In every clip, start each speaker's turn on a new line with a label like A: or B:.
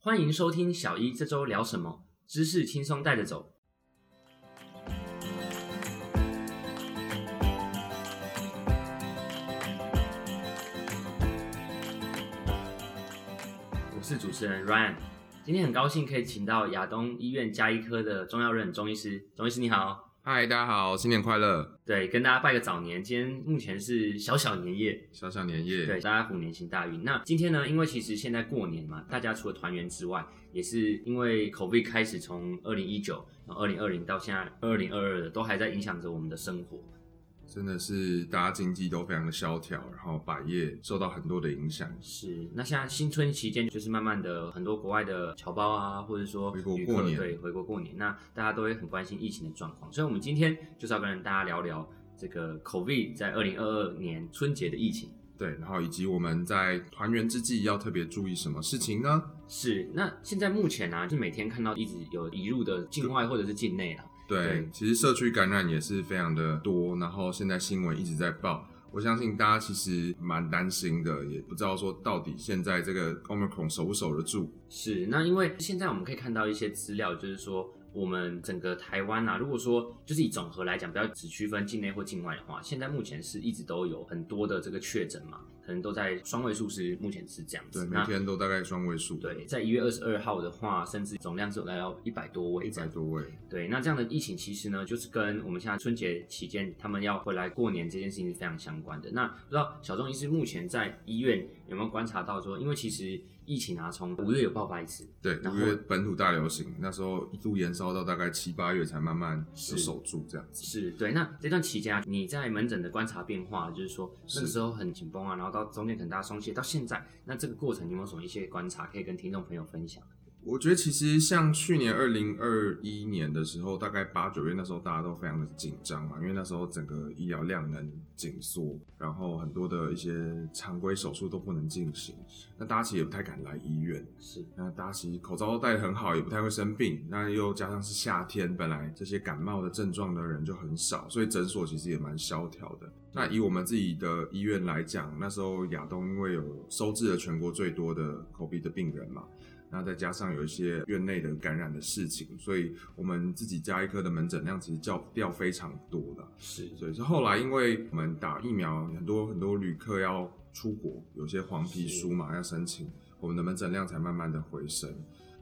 A: 欢迎收听小一这周聊什么，知识轻松带着走。我是主持人 Ryan，今天很高兴可以请到亚东医院加医科的钟耀任钟医师，钟医师你好。
B: 嗨，大家好，新年快乐！
A: 对，跟大家拜个早年，今天目前是小小年夜，
B: 小小年夜，
A: 对，大家虎年行大运。那今天呢，因为其实现在过年嘛，大家除了团圆之外，也是因为 COVID 开始从二零一九、然后二零二零到现在二零二二的，都还在影响着我们的生活。
B: 真的是大家经济都非常的萧条，然后百业受到很多的影响。
A: 是，那现在新春期间，就是慢慢的很多国外的侨胞啊，或者说
B: 回国
A: 旅客
B: 过年
A: 对，回国过年，那大家都会很关心疫情的状况。所以，我们今天就是要跟大家聊聊这个 COVID 在二零二二年春节的疫情。
B: 对，然后以及我们在团圆之际要特别注意什么事情呢？
A: 是，那现在目前啊，就每天看到一直有移入的境外或者是境内啊，
B: 对，
A: 对
B: 其实社区感染也是非常的多，然后现在新闻一直在报，我相信大家其实蛮担心的，也不知道说到底现在这个 Omicron 守不守得住。
A: 是，那因为现在我们可以看到一些资料，就是说我们整个台湾啊，如果说就是以总和来讲，不要只区分境内或境外的话，现在目前是一直都有很多的这个确诊嘛，可能都在双位数是目前是这样
B: 对，
A: 子。
B: 每
A: 那
B: 天都大概双位数，
A: 对，在一月二十二号的话，甚至总量是有来到一百多位
B: 一
A: 这
B: 百
A: 样。
B: 多位。
A: 对，那这样的疫情其实呢，就是跟我们现在春节期间他们要回来过年这件事情是非常相关的。那不知道小钟医师目前在医院有没有观察到说，因为其实疫情啊，从五月有爆发一次，
B: 对，
A: 然
B: 五
A: 后
B: 月本土大流行，那时候一度延烧到大概七八月才慢慢
A: 是
B: 就守住这样子。
A: 是对。那这段期间啊，你在门诊的观察变化，就是说那个
B: 是
A: 时候很紧绷啊，然后到中间可能大家松懈，到现在，那这个过程你有没有什么一些观察可以跟听众朋友分享？
B: 我觉得其实像去年二零二一年的时候，大概八九月那时候大家都非常的紧张嘛，因为那时候整个医疗量能紧缩，然后很多的一些常规手术都不能进行，那大家其实也不太敢来医院，
A: 是
B: 那大家其实口罩都戴得很好，也不太会生病，那又加上是夏天，本来这些感冒的症状的人就很少，所以诊所其实也蛮萧条的。那以我们自己的医院来讲，那时候亚东因为有收治了全国最多的 COVID 的病人嘛，那再加上有一些院内的感染的事情，所以我们自己加医科的门诊量其实掉掉非常多的。
A: 是
B: 所以是后来因为我们打疫苗，很多很多旅客要出国，有些黄皮书嘛要申请，我们的门诊量才慢慢的回升。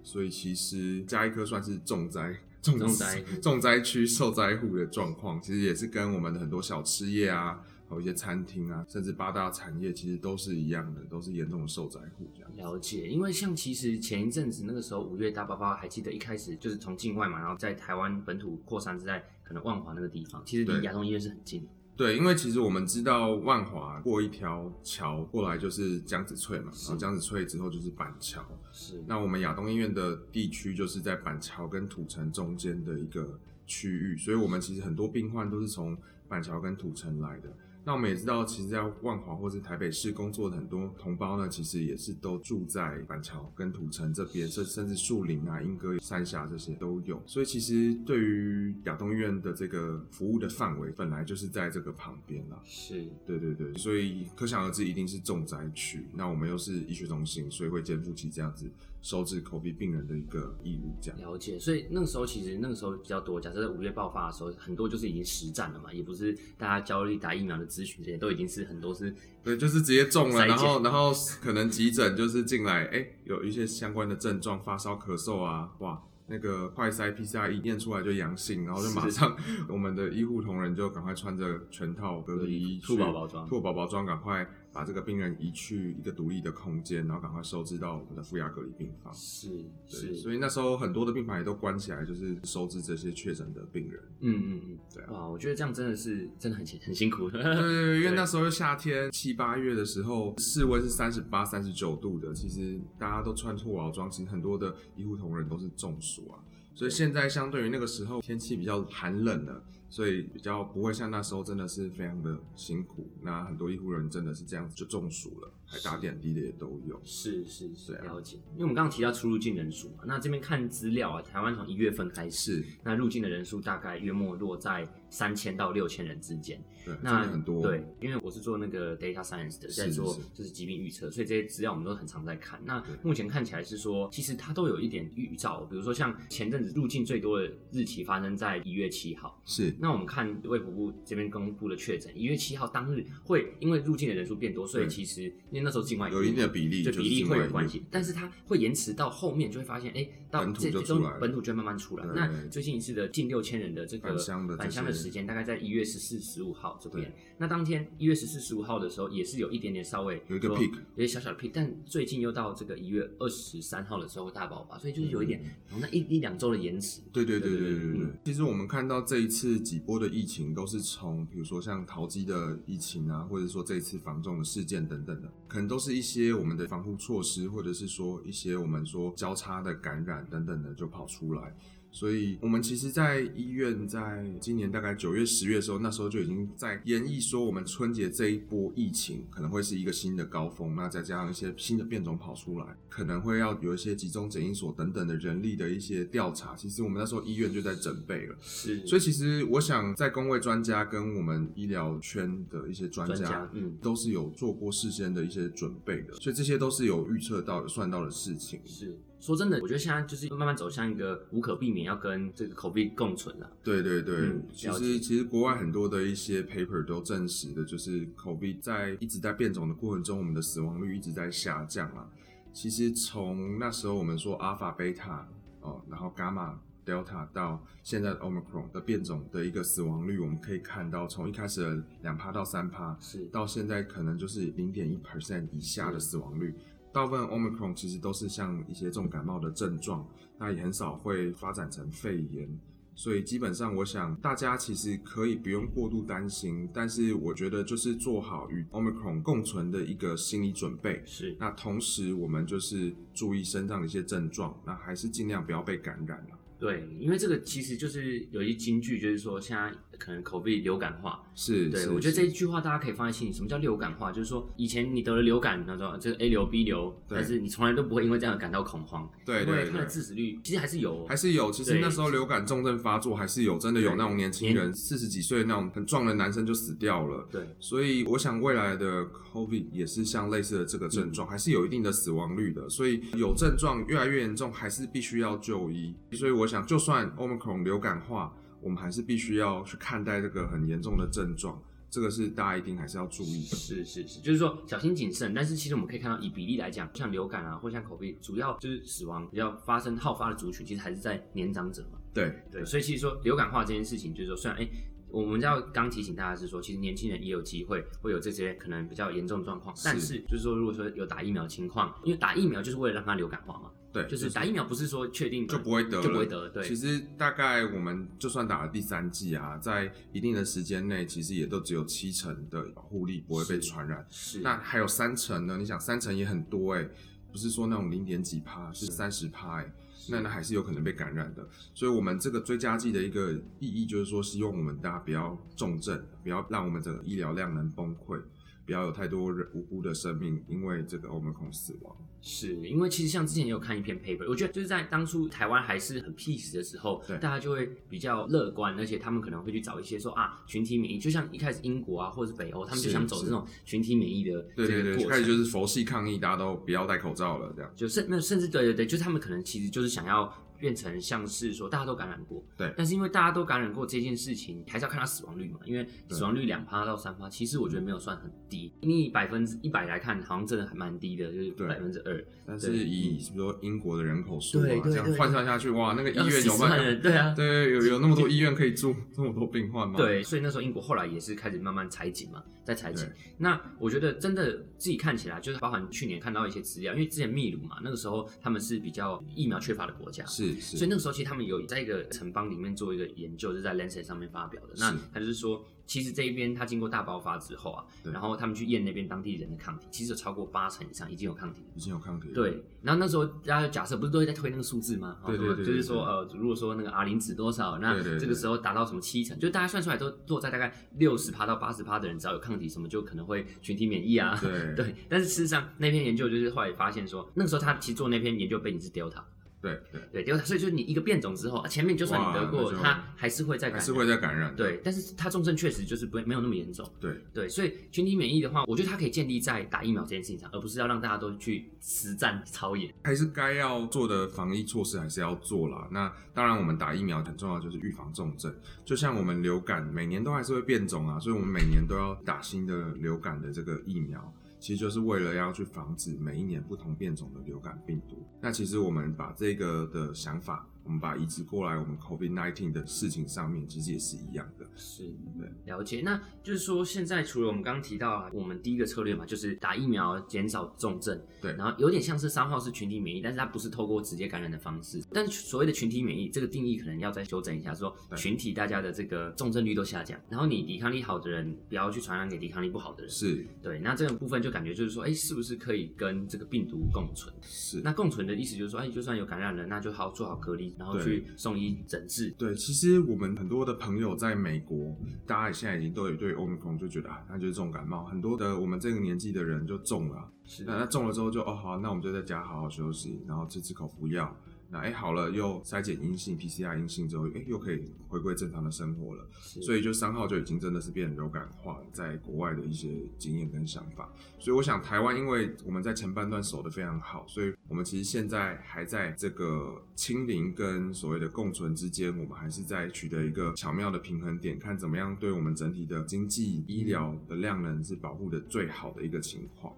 B: 所以其实加医科算是重灾、重
A: 重灾户
B: 重灾区受灾户的状况，其实也是跟我们的很多小吃业啊，还有一些餐厅啊，甚至八大产业，其实都是一样的，都是严重的受灾户这样。
A: 了解，因为像其实前一阵子那个时候五月大爆发，还记得一开始就是从境外嘛，然后在台湾本土扩散是在可能万华那个地方，其实离
B: 对
A: 亚东医院是很近的。
B: 对，因为其实我们知道万华过一条桥过来就是江子翠嘛，
A: 是
B: 然后江子翠之后就是板桥，
A: 是
B: 那我们亚东医院的地区就是在板桥跟土城中间的一个区域，所以我们其实很多病患都是从板桥跟土城来的。那我们也知道，其实，在万华或是台北市工作的很多同胞呢，其实也是都住在板桥跟土城这边，甚甚至树林啊、莺歌、三峡这些都有。所以，其实对于亚东医院的这个服务的范围，本来就是在这个旁边啦。
A: 是
B: 对对对，所以可想而知，一定是重灾区。那我们又是医学中心，所以会肩负起这样子收治 COVID 病人的一个义务，这样。
A: 了解，所以那个时候其实那个时候比较多，假设在五月爆发的时候，很多就是已经实战了嘛，也不是大家焦虑打疫苗的咨询这些，都已经是很多是
B: 对，就是直接中
A: 再
B: 了，
A: 见
B: 然后然后可能急诊就是进来，哎、有一些相关的症状，发烧、咳嗽啊，哇，那个快筛 PCR 一验 E 出来就阳性，然后就马上我们的医护同仁就赶快穿着全套隔离衣去
A: 兔宝宝装
B: 兔宝宝装，赶快把这个病人移去一个独立的空间，然后赶快收治到我们的负压隔离病房。
A: 是
B: 对，
A: 是，
B: 所以那时候很多的病房也都关起来，就是收治这些确诊的病人。
A: 嗯嗯嗯，
B: 对啊
A: 哇，我觉得这样真的是真的很辛很辛苦，
B: 呃对，因为那时候夏天七八月的时候，室温是三十八、三十九度的，其实大家都穿兔毛装，其实很多的医护同仁都是中暑啊。所以现在相对于那个时候天气比较寒冷了，所以比较不会像那时候真的是非常的辛苦。那很多医护人员真的是这样子就中暑了，还打点滴的也都有。
A: 是是是，
B: 对啊
A: 了解。因为我们刚刚提到出入境人数嘛，那这边看资料啊，台湾从一月份开始，
B: 是，
A: 那入境的人数大概约莫落在三千到六千人之间。
B: 对，真
A: 那
B: 的很多。
A: 对，因为我是做那个 data science 的，
B: 是
A: 在做
B: 是
A: 就是疾病预测，所以这些资料我们都很常在看。那
B: 对
A: 目前看起来是说，其实它都有一点预兆，比如说像前阵子入境最多的日期发生在一月七号。
B: 是
A: 那我们看卫福部这边公布的确诊，一月七号当日会因为入境的人数变多，所以
B: 对
A: 其实因为那时候境外
B: 有一定的比例，
A: 就比例会有关
B: 就
A: 系
B: 是，
A: 但是它会延迟到后面，就会发现，哎、到
B: 本土
A: 这
B: 就
A: 这周
B: 出来了
A: 本土就会慢慢出来。
B: 对
A: 那最近一次的近六千人的这个
B: 返乡的这些
A: 返乡的时间，大概在一月十四、十五号这边
B: 对。
A: 那当天一月十四、十五号的时候，也是有一点点稍微
B: 有一个
A: 说
B: peak
A: 有一小小的 peak，但最近又到这个一月二十三号的时候会大爆发，所以就是有一点，
B: 嗯
A: 然后那一一两周的延迟。
B: 对对对对对对
A: 嗯
B: 对。其实我们看到这一次几波的疫情，都是从比如说像淘机的疫情啊，或者说这一次防重的事件等等的，可能都是一些我们的防护措施，或者是说一些我们说交叉的感染等等的就跑出来。所以，我们其实，在医院，在今年大概九月、十月的时候，那时候就已经在演绎说，我们春节这一波疫情可能会是一个新的高峰。那再加上一些新的变种跑出来，可能会要有一些集中检疫所等等的人力的一些调查。其实我们那时候医院就在准备了。
A: 是，
B: 所以，其实我想，在工位专家跟我们医疗圈的一些专
A: 专
B: 家
A: 家，嗯，
B: 都是有做过事先的一些准备的，所以这些都是有预测到、有算到的事情。
A: 是。说真的，我觉得现在就是慢慢走向一个无可避免要跟这个 COVID 共存了。
B: 对对对，
A: 嗯
B: 其
A: 了解
B: 实其实国外很多的一些 paper 都证实的，就是 COVID 在一直在变种的过程中，我们的死亡率一直在下降啊。其实从那时候我们说 Alpha、Beta 哦，然后 Gamma、Delta 到现在的 Omicron 的变种的一个死亡率，我们可以看到从一开始的两趴到三趴，
A: 是，
B: 到现在可能就是零点一 percent 以下的死亡率。大部分 Omicron 其实都是像一些重感冒的症状，那也很少会发展成肺炎。所以基本上，我想大家其实可以不用过度担心，但是我觉得就是做好与 Omicron 共存的一个心理准备。
A: 是。
B: 那同时，我们就是注意身上的一些症状，那还是尽量不要被感染啊了、
A: 对，因为这个其实就是有一金句，就是说现在可能口碑流感化。
B: 是，
A: 对，
B: 是
A: 我觉得这
B: 是
A: 一句话大家可以放在心里。什么叫流感化？就是说以前你得了流感，那种这个 A 流 B 流，
B: 对
A: 但是你从来都不会因为这样感到恐慌，
B: 对
A: 因为
B: 对
A: 它的
B: 对，
A: 致死率其实还是有，哦
B: 还是有，其实
A: 对
B: 那时候流感重症发作，还是有真的有那种年轻人四十几岁那种很壮的男生就死掉了。
A: 对，
B: 所以我想未来的 COVID 也是像类似的这个症
A: 嗯
B: 状，还是有一定的死亡率的。所以有症状越来越严重，还是必须要就医。所以我想，就算 Omicron 流感化，我们还是必须要去看待这个很严重的症状，这个是大家一定还是要注意的。
A: 是是是，就是说小心谨慎。但是其实我们可以看到，以比例来讲，像流感啊，或像口碑，主要就是死亡比较发生好发的族群，其实还是在年长者嘛。
B: 对
A: 对，所以其实说流感化这件事情，就是说虽然哎。我们要刚提醒大家是说，其实年轻人也有机会会有这些可能比较严重的状况，
B: 是
A: 但是就是说，如果说有打疫苗的情况，因为打疫苗就是为了让它流感化嘛，
B: 对，
A: 就是打疫苗不是说确定
B: 就不会得了
A: 就不会得，对，
B: 其实大概我们就算打了第三剂啊，在一定的时间内，其实也都只有七成的保护力不会被传染。
A: 是
B: 那还有三成呢？你想三成也很多哎、不是说那种零点几趴，是三十趴哎，那那还是有可能被感染的。所以，我们这个追加剂的一个意义就是说，希望我们大家不要重症，不要让我们整个医疗量能崩溃，不要有太多人无辜的生命因为这个 Omicron 死亡。
A: 是因为其实像之前也有看一篇 paper，我觉得就是在当初台湾还是很 peace 的时候，
B: 对
A: 大家就会比较乐观，而且他们可能会去找一些说啊群体免疫，就像一开始英国啊或者是北欧，他们就是想走这种群体免疫的这
B: 对对
A: 个
B: 对，
A: 过
B: 开始
A: 程。
B: 就是佛系抗议，大家都不要戴口罩了，这样。
A: 就甚那甚至对对对，就是他们可能其实就是想要变成像是说大家都感染过，
B: 对
A: 但是因为大家都感染过这件事情，还是要看它死亡率嘛，因为死亡率两趴到三趴，其实我觉得没有算很低，你以百分之一百来看，好像真的还蛮低的，就是
B: 对
A: 百分之二，
B: 但
A: 对嗯
B: 是以比如说英国的人口数啊
A: 对，对
B: 这样
A: 对
B: 换算下去，哇，那个医
A: 要
B: 院有
A: 40
B: 办
A: 万
B: 法？
A: 人，对啊，
B: 对，有有那么多医院可以住这么多病患吗？，
A: 对，所以那时候英国后来也是开始慢慢裁紧嘛，在裁紧
B: 对。
A: 那我觉得真的自己看起来，就是包含去年看到一些资料，因为之前秘鲁嘛，那个时候他们是比较疫苗缺乏的国家。所
B: 是
A: 以
B: 是，
A: 那个时候，其实他们有在一个城邦里面做一个研究，是在《Lancet》上面发表的。那
B: 是
A: 他就是说，其实这一边它经过大爆发之后啊，
B: 对
A: 然后他们去验那边当地人的抗体，其实有超过八成以上已经有抗体了。
B: 已经有抗体了。
A: 对，然后那时候大家假设不是都会在推那个数字吗？
B: 对对对对
A: 就是说呃，如果说那个 R 零值多少，那
B: 对对对
A: 这个时候达到什么七成，就大家算出来都落在大概六十趴到八十趴的人，只要有抗体，什么就可能会群体免疫啊。
B: 对
A: 对，但是事实上那篇研究就是后来发现说，那个时候他其实做那篇研究背景是 Delta，
B: 对对，
A: 对 Delta，所以就是你一个变种之后，啊前面就算你得
B: 哇
A: 过，
B: 那就
A: 它还是会再感
B: 还
A: 染
B: 是会再感染。
A: 对，但是它重症确实就是不没有那么严重。
B: 对
A: 对，所以群体免疫的话，我觉得它可以建立在打疫苗这件事情上，而不是要让大家都去实战操演。
B: 还是该要做的防疫措施还是要做啦。那当然，我们打疫苗很重要，就是预防重症。就像我们流感，每年都还是会变种啊，所以我们每年都要打新的流感的这个疫苗，其实就是为了要去防止每一年不同变种的流感病毒。那其实我们把这个的想法，我们把移植过来我们 COVID-19 的事情上面，其实也是一样的。
A: 是，
B: 对，
A: 了解。那就是说，现在除了我们刚刚提到啊，我们第一个策略嘛，就是打疫苗减少重症，
B: 对
A: 然后有点像是三号是群体免疫，但是它不是透过直接感染的方式。但是所谓的群体免疫这个定义，可能要再修正一下，说
B: 对
A: 群体大家的这个重症率都下降，然后你抵抗力好的人不要去传染给抵抗力不好的人。
B: 是
A: 对，那这个部分就感觉就是说，哎、是不是可以跟这个病毒共存？
B: 是，
A: 那共存的意思就是说，哎、就算有感染了，那就好做好隔离，然后
B: 对
A: 去送医诊治。
B: 对，其实我们很多的朋友在美国，大家现在已经都有对 Omicron 就觉得啊，那就是重感冒。很多的我们这个年纪的人就中了啊，
A: 是
B: 那那中了之后就哦好，那我们就在家好好休息，然后吃吃口服药。那哎、好了，又筛检阴性，PCR 阴性之后，哎、又可以回归正常的生活了。所
A: 以
B: 以就三号就已经真的是变流感化了，在国外的一些经验跟想法。所以我想台湾，因为我们在前半段守得非常好，所以我们其实现在还在这个清零跟所谓的共存之间，我们还是在取得一个巧妙的平衡点，看怎么样对我们整体的经
A: 嗯
B: 济、医疗的量能是保护的最好的一个情况。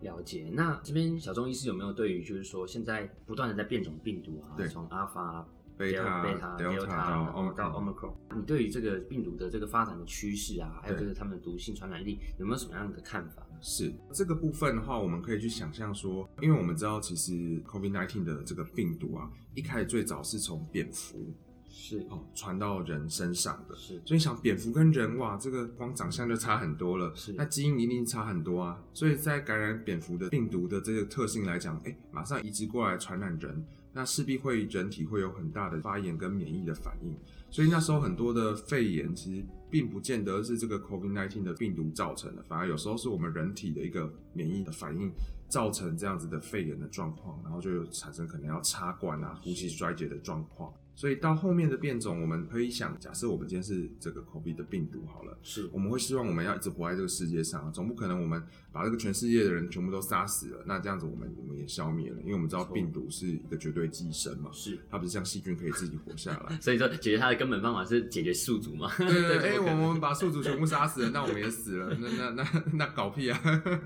A: 了解。那这边小钟医师有没有对于就是说现在不断的在变种病毒啊
B: 对，
A: 从阿法、
B: 贝塔、
A: 贝塔、
B: 德
A: Delta 然后
B: 到嗯
A: 到 Omicron，你对于这个病毒的这个发展的趋势啊，还有
B: 对
A: 这个它们的毒性、传染力，有没有什么样的看法？
B: 是这个部分的话，我们可以去想象说，因为我们知道其实 COVID-19 的这个病毒啊，一开始最早是从蝙蝠
A: 是
B: 哦传到人身上的，
A: 是
B: 所以你想蝙蝠跟人哇，这个光长相就差很多了，
A: 是
B: 那基因一定差很多啊。所以在感染蝙蝠的病毒的这个特性来讲，哎、马上移植过来传染人，那势必会人体会有很大的发炎跟免疫的反应。所以那时候很多的肺炎其实并不见得是这个 COVID-19 的病毒造成的，反而有时候是我们人体的一个免疫的反应造成这样子的肺炎的状况，然后就有产生可能要插管啊、呼吸衰竭的状况。所以到后面的变种，我们可以想，假设我们今天是这个 COVID 的病毒好了，
A: 是
B: 我们会希望我们要一直活在这个世界上，总不可能我们把这个全世界的人全部都杀死了，那这样子我们我们也消灭了，因为我们知道
A: 没错
B: 病毒是一个绝对寄生嘛，
A: 是。
B: 它不是像细菌可以自己活下来。
A: 所以说，解决它的根本方法是解决宿主嘛？
B: 对 对
A: 对
B: 对，哎、
A: 不可能
B: 我们把宿主全部杀死了，那我们也死了，那那那那搞屁啊！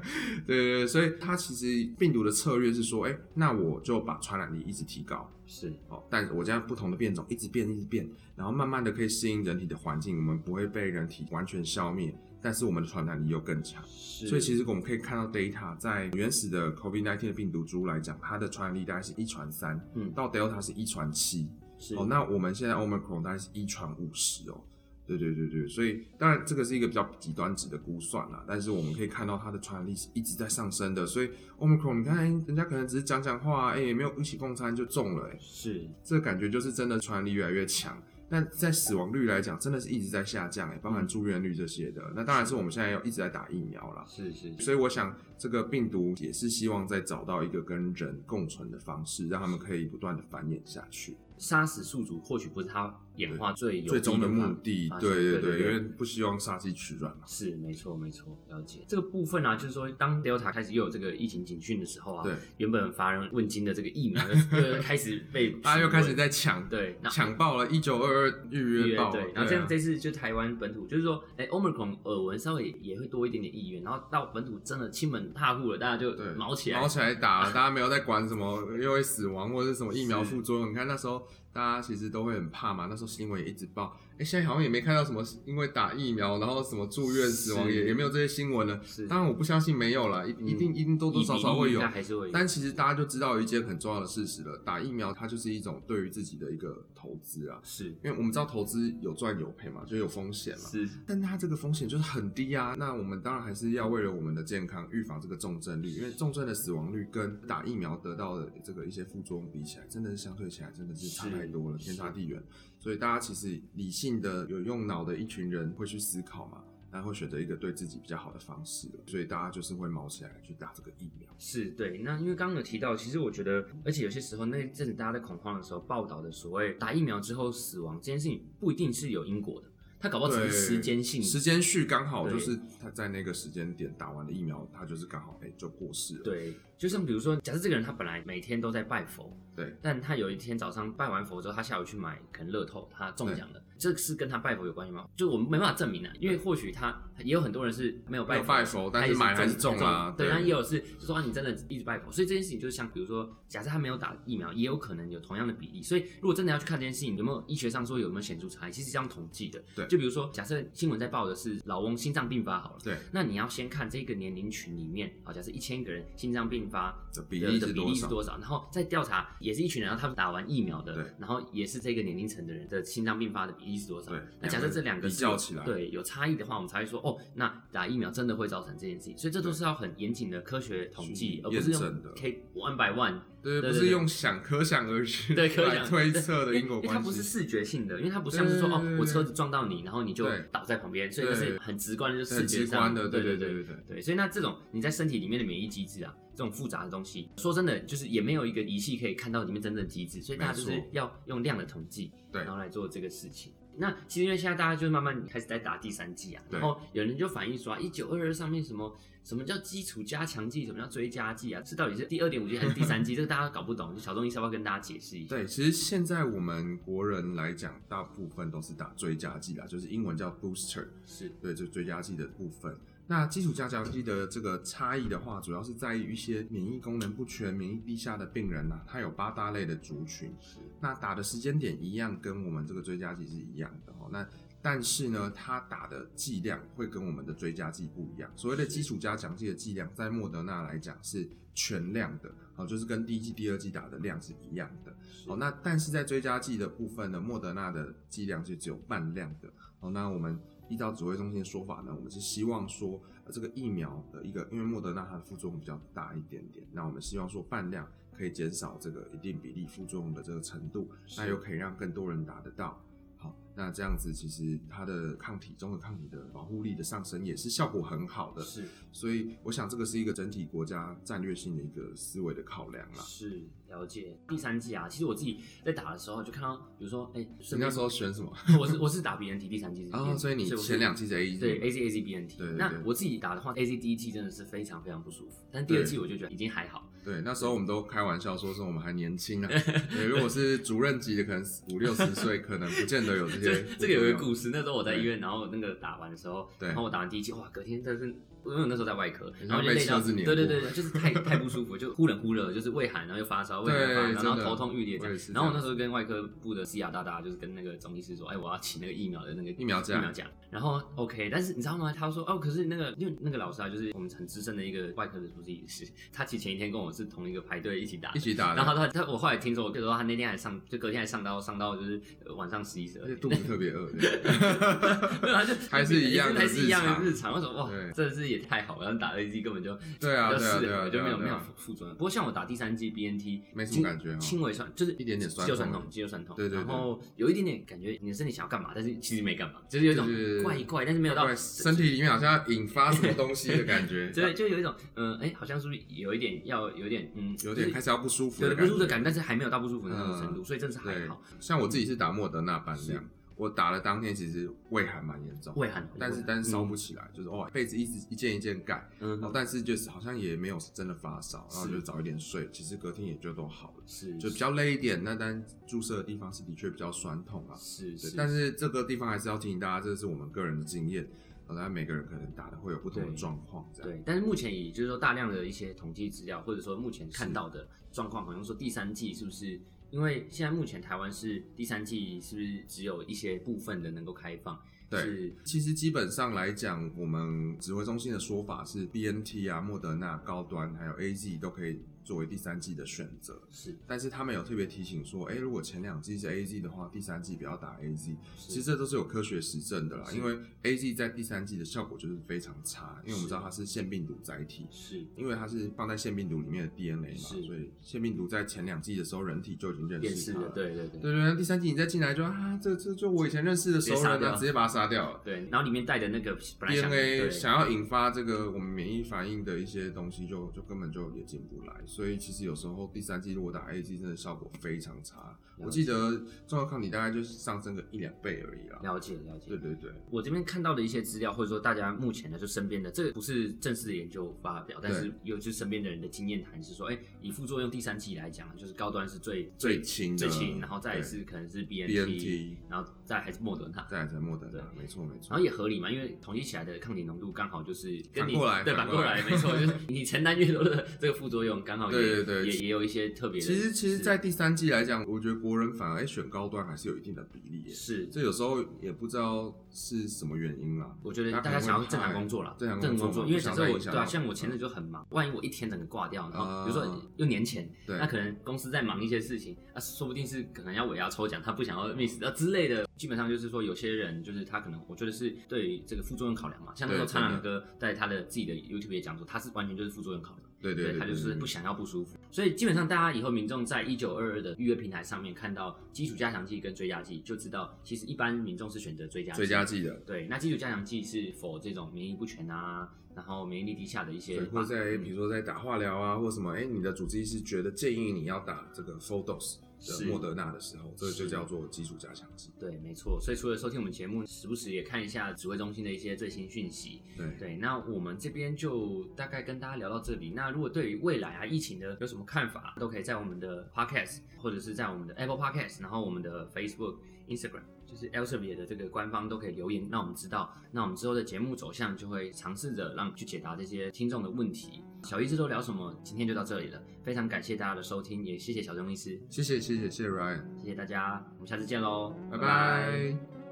B: 对对对，所以它其实病毒的策略是说，哎、那我就把传染力一直提高，
A: 是
B: 哦，但我这样不同的变种一直变一直变，然后慢慢的可以适应人体的环境，我们不会被人体完全消灭，但是我们的传染力又更强。
A: 是
B: 所以其实我们可以看到 data 在原始的 COVID-19 的病毒株来讲，它的传染力大概是一传三，
A: 嗯
B: 到 Delta 是一传七，
A: 是
B: 哦，那我们现在 Omicron 大概是一传五十哦。对对对对，所以当然这个是一个比较极端值的估算啦，但是我们可以看到它的传染力是一直在上升的，所以 Omicron 你看哎人家可能只是讲讲话、啊，哎、也没有一起共餐就中了、哎，
A: 是
B: 这感觉就是真的传染力越来越强。那在死亡率来讲，真的是一直在下降、哎，包
A: 嗯
B: 含住院率这些的。那当然是我们现在要一直在打疫苗啦。
A: 是是，
B: 所以我想，这个病毒也是希望再找到一个跟人共存的方式，让他们可以不断的繁衍下去。
A: 杀死宿主或许不是它演化最有
B: 最终的
A: 利方
B: 目的
A: 发，现
B: 对对
A: 对对
B: 对，因
A: 对
B: 为不希望杀鸡取卵嘛。
A: 是，没错，没错，了解这个部分啊，就是说，当 Delta 开始又有这个疫情警讯的时候啊，
B: 对，
A: 原本乏人问津的这个疫 苗又开始被询问，
B: 大家又开始在抢，
A: 对，那
B: 抢爆了，一九二二预约爆了，
A: 对，然后这样
B: 对
A: 这
B: 啊
A: 次就台湾本土，就是说，哎，Omicron 耳闻稍微也会多一点点意愿，然后到本土真的亲朋很怕酷了，大家就
B: 对，
A: 毛起来
B: 毛。起来打， 大家没有在管什么因为死亡或者是什么疫苗副作用。你看那时候大家其实都会很怕嘛，那时候新闻也一直报。哎、现在好像也没看到什么因为打疫苗然后什么住院死亡，
A: 是
B: 也也没有这些新闻了。
A: 是，
B: 当然我不相信没有啦，一一定嗯一定多啊多少少会
A: 以比
B: 有
A: 例应该。还是会有。
B: 但其实大家就知道一件很重要的事实了，打疫苗它就是一种对于自己的一个投资啊，
A: 是
B: 因为我们知道投资有赚有赔嘛，就有风险嘛。
A: 是
B: 但它这个风险就是很低啊。那我们当然还是要为了我们的健康预防这个重症率，因为重症的死亡率跟打疫苗得到的这个一些副作用比起来，真的是相对起来真的是差
A: 是
B: 太多了，天差地远。所以大家其实理性的有用脑的一群人会去思考嘛。然后会选择一个对自己比较好的方式了，所以大家就是会毛起来去打这个疫苗。
A: 是对，那因为刚刚有提到，其实我觉得，而且有些时候那一阵子大家在恐慌的时候，报道的所谓打疫苗之后死亡这件事情，不一定是有因果的，它搞不好只是时间性的。
B: 时间序刚好
A: 嗯对
B: 就是他在那个时间点打完了疫苗，他就是刚好哎、就过世了。
A: 对，就像比如说，假设这个人他本来每天都在拜佛，
B: 对，
A: 但他有一天早上拜完佛之后，他下午去买可能乐透，他中奖了，这是跟他拜佛有关系吗？就我们没办法证明啊，因为或许他也有很多人是没有拜佛，
B: 没有拜佛但是买还是中啦
A: 对，
B: 对
A: 那也有是就说啊，你真的一直拜佛，所以这件事情就是像比如说，假设他没有打疫苗，也有可能有同样的比例，所以如果真的要去看这件事情有没有医学上说有没有显著差异，其实这样统计的，
B: 对
A: 就比如说假设新闻在报的是老翁心脏病发好了，
B: 对，
A: 那你要先看这个年龄群里面，好，假设一千个人心脏病发
B: 的比例
A: 的
B: 是
A: 比
B: 多
A: 例是
B: 少？
A: 多少，然后再调查也是一群人，然后他们打完疫苗
B: 对
A: 的，然后也是这个年龄层的人的心脏病发的比例是多少
B: 对？
A: 那假设这两个
B: 比
A: 是有
B: 较起来
A: 对有差异的话，我们才会说哦，那打疫苗真的会造成这件事情，所以这都是要很严谨的科学统计
B: 去，
A: 而不是
B: 验
A: 用
B: 证的
A: K one by one
B: 对，
A: 对
B: 不是用想可想而知
A: 对科学
B: 来推测的因果
A: 因为它
B: 关
A: 不是
B: 系。
A: 视觉性的，因为它不像是说
B: 对
A: 哦
B: 对对，
A: 我车子撞到你，然后你就
B: 对
A: 倒在旁边，所以那是
B: 对
A: 很直观的，就是视
B: 很
A: 觉
B: 直
A: 上
B: 观的，
A: 对
B: 对
A: 对
B: 对对。
A: 对，所以那这种你在身体里面的免疫机制啊，这种复杂的东西，说真的，就是也没有一个仪器可以看到里面真正的机制，所以大家就
B: 没
A: 是
B: 错
A: 要用量的统计，
B: 对
A: 然后来做这个事情。那其实因为现在大家就慢慢开始在打第三剂啊，
B: 对
A: 然后有人就反映说啊，一九二二上面什么什么叫基础加强剂，什么叫追加剂啊，这到底是第二点五剂还是第三剂？这个大家搞不懂，就小钟医师要不要跟大家解释一下？
B: 对，其实现在我们国人来讲，大部分都是打追加剂啦，就是英文叫 booster，
A: 是
B: 对，就追加剂的部分。那基础加强剂的这个差异的话，主要是在于一些免疫功能不全、免疫低下的病人呐、它有八大类的族群。
A: 是
B: 那打的时间点一样，跟我们这个追加剂是一样的哦。那但是呢，它打的剂量会跟我们的追加剂不一样。所谓的基础加强剂的剂量，在莫德纳来讲是全量的，好，就是跟第一剂、第二剂打的量是一样的。
A: 哦
B: 好，那但是在追加剂的部分呢，莫德纳的剂量是只有半量的。好，那我们依照指挥中心的说法呢，我们是希望说、呃、这个疫苗的一个，因为莫德纳它的副作用比较大一点点，那我们希望说半量可以减少这个一定比例副作用的这个程度，那又可以让更多人打得到。好，那这样子其实它的抗体中的抗体的保护力的上升也是效果很好的，
A: 是
B: 所以我想这个是一个整体国家战略性的一个思维的考量啦。
A: 是了解第三季啊，其实我自己在打的时候就看到，比如说，哎、
B: 你
A: 顺
B: 那
A: 便
B: 时候选什么？
A: 我是我是打 BNT 第三季是 BNT，
B: 啊、所以你
A: 我是
B: 前两季是 A 一
A: 对 A Z A Z B N T，
B: 对对
A: 那
B: 对
A: 我自己打的话，A Z 第一季真的是非常非常不舒服，但第二季我就觉得已经还好。
B: 对，那时候我们都开玩笑说是我们还年轻 啊。对，如果是主任级的，可能五六十岁，可能不见得有这
A: 这
B: 些。
A: 这个有一个
B: 事，
A: 故事，那时候我在
B: 对
A: 医院，然后那个打完的时候，
B: 对
A: 然后我打完第一剂，哇，隔天真是，因为我那时候在外科，
B: 你
A: 然后就
B: 被
A: 累到，
B: 车子
A: 对
B: 碾
A: 对
B: 过
A: 对，对就是 太太不舒服，就忽冷忽热，就是畏寒，然后又发烧，畏寒
B: 对
A: 发烧，然后
B: 真的
A: 头痛欲裂这
B: 我也
A: 样
B: 是。这
A: 然后我
B: 样
A: 那时候跟外科部的西亚大大，就是跟那个中医师说，哎，我要请那个疫苗的那个
B: 疫苗
A: 疫苗
B: 价，
A: 奖，然后 OK，但是你知道吗？他说哦，可是那个因为那个老师啊，就是我们很资深的一个外科的主治医师，他其实前一天跟我是同一个排队一起打
B: 一，起打
A: 然后
B: 的，
A: 他他我后来听说，我就说他那天还上，就隔天还上到上到就是呃晚上十一十二
B: 而且
A: 点，
B: 肚子特别饿。对
A: 没有他就
B: 还是一样的
A: 还是一样
B: 日常
A: 的日常。我说哇
B: 对，
A: 真的是也太好了，打了一剂根本就
B: 对啊，
A: 比较
B: 对啊，
A: 适
B: 对啊，
A: 合，就没有
B: 对
A: 没有
B: 啊。
A: 副作用。不过像我打第三剂 BNT，
B: 没什么
A: 轻
B: 感觉哦
A: 轻微酸就是
B: 一点点酸
A: 肌肉酸
B: 痛
A: 痛，肌肉酸痛，
B: 对对
A: 然
B: 对
A: 后有一点点感觉你的身体想要干嘛，但是其实没干嘛，就是有一种
B: 就是
A: 怪怪，但是没有到
B: 对，身体里面好像要引发什么东西的感觉，
A: 对， 就有一种嗯，哎、好像是不是有一点要有一点嗯，
B: 有点开始要不舒服
A: 有
B: 的
A: 点不
B: 感觉。
A: 舒服的感觉，但是还没有到不舒服的那种程度，
B: 嗯
A: 所以真的是还
B: 对
A: 好。，
B: 像我自己是打莫德纳半量，我打了当天其实胃还蛮严重，
A: 胃嗯寒，
B: 但是但是烧不起来，就是哦被子一直一件一件盖，
A: 嗯
B: 然后，但是就是好像也没有真的发烧，然后
A: 是
B: 就早一点睡，其实隔天也就都好了，
A: 是
B: 就比较累一点。那但注射的地方是的确比较酸痛啊，
A: 是
B: 对
A: 是，，
B: 但是这个地方还是要提醒大家，这是我们个人的经验。好那每个人可能打的会有不同的
A: 对
B: 状况，这样。
A: 对，但是目前以就是说大量的一些统计资料，或者说目前看到的状况，好像说第三季是不是？因为现在目前台湾是第三季，是不是只有一些部分的能够开放？
B: 对
A: 是
B: 其实基本上来讲，我们指挥中心的说法是，B N T 啊、莫德纳、高端还有 A Z 都可以作为第三季的选择。
A: 是
B: 但是他们有特别提醒说，诶，如果前两季是 A Z 的话，第三季不要打 A Z。
A: 是
B: 其实这都是有科学实证的啦，
A: 是
B: 因为 A Z 在第三季的效果就是非常差，因为我们
A: 是
B: 知道它是腺病毒载体，
A: 是
B: 因为它是放在腺病毒里面的 DNA 嘛，
A: 是
B: 所以腺病毒在前两季的时候，人体就已经认
A: 电
B: 识
A: 视
B: 它
A: 的，
B: 了。
A: 对对对
B: 啊对对对，第三季你再进来就啊，这这就我以前认识的熟
A: 直接杀
B: 人
A: 掉
B: 啊，直接把它杀掉了。
A: 对，然后里面带的那个本来想
B: DNA
A: 对
B: 想要引发这个我们免疫反应的一些东西就，就根本就也进不来。所以其实有时候第三季如果打 AZ，真的效果非常差。
A: 解
B: 我记得中药抗体大概就是上升个一两倍而已啦。
A: 了解了解
B: 对。对对，
A: 我这边看到的一些资料，或者说大家目前的就身边的，这个不是正式的研究发表，但是有就是身边的人的经验谈是说，哎、以副作用第三季来讲，就是高端是最
B: 最轻的
A: 最轻，然后再来
B: 对
A: 是可能是 BNT，
B: BNT
A: 然后再还是莫德纳。
B: 再来才莫德
A: 对
B: 纳，没错没错。
A: 然后也合理嘛，因为统计起来的抗体浓度刚好就是跟你
B: 反过来
A: 对
B: 反
A: 反
B: 过
A: 过
B: 来
A: 来，没错，就是你承担越多的这个副作用，刚好也
B: 对对对
A: 也也有一些特别的
B: 其实其实，
A: 是
B: 在第三季来讲，我觉得国人反而哎选高端还是有一定的比例耶。
A: 是
B: 这有时候也不知道是什么原因啦。
A: 我觉得
B: 大
A: 大家
B: 家可能
A: 想要
B: 会
A: 正常
B: 怕
A: 工作啦，
B: 正常工
A: 工
B: 作
A: 作，
B: 嘛
A: 因为
B: 不想
A: 假设
B: 再
A: 我
B: 影
A: 对
B: 响
A: 啊，
B: 到
A: 像我前阵就很忙，万一我一天整个挂掉，然后比如说
B: 嗯啊
A: 又年前，
B: 对
A: 那可能公司在忙一些事情，啊，说不定是可能要尾牙抽奖，他不想要 miss 啊之类的。基本上就是说，有些人就是他可能，我觉得是对于这个副作用考量嘛。像那时候
B: 对
A: 苍
B: 真
A: 狼哥在他的自己的 YouTube 也讲说，他是完全就是副作用考量。
B: 对对
A: 对
B: 对，
A: 他就
B: 对
A: 是
B: 对
A: 不想要不舒服，所以基本上大家以后民众在一九二二的预约平台上面看到基础加强剂跟追加剂，就知道其实一般民众是选择追加剂
B: 追加剂的。
A: 对，那基础加强剂是否这种免疫不全啊，然后免疫力低下的一些
B: 对，
A: 吧，
B: 或者在
A: 嗯
B: 比如说在打化疗啊，或什么，哎、你的主治医师觉得建议你要打这个 full dose
A: 是
B: 的莫德纳的时候，这个就是叫做基础加强剂。
A: 对，没错。所以除了收听我们节目，时不时也看一下指挥中心的一些最新讯息。
B: 对，
A: 对，那我们这边就大概跟大家聊到这里。那如果对于未来啊疫情的有什么看法，都可以在我们的 podcast 或者是在我们的 Apple podcast，然后我们的 Facebook、Instagram，就是 Elsevier 的这个官方都可以留言，让我们知道。那我们之后的节目走向就会尝试着让去解答这些听众的问题。小医师都聊什么？今天就到这里了，非常感谢大家的收听，也谢谢小钟医师，
B: 谢谢谢谢谢谢 Ryan，
A: 谢谢大家，我们下次见喽，
B: 拜拜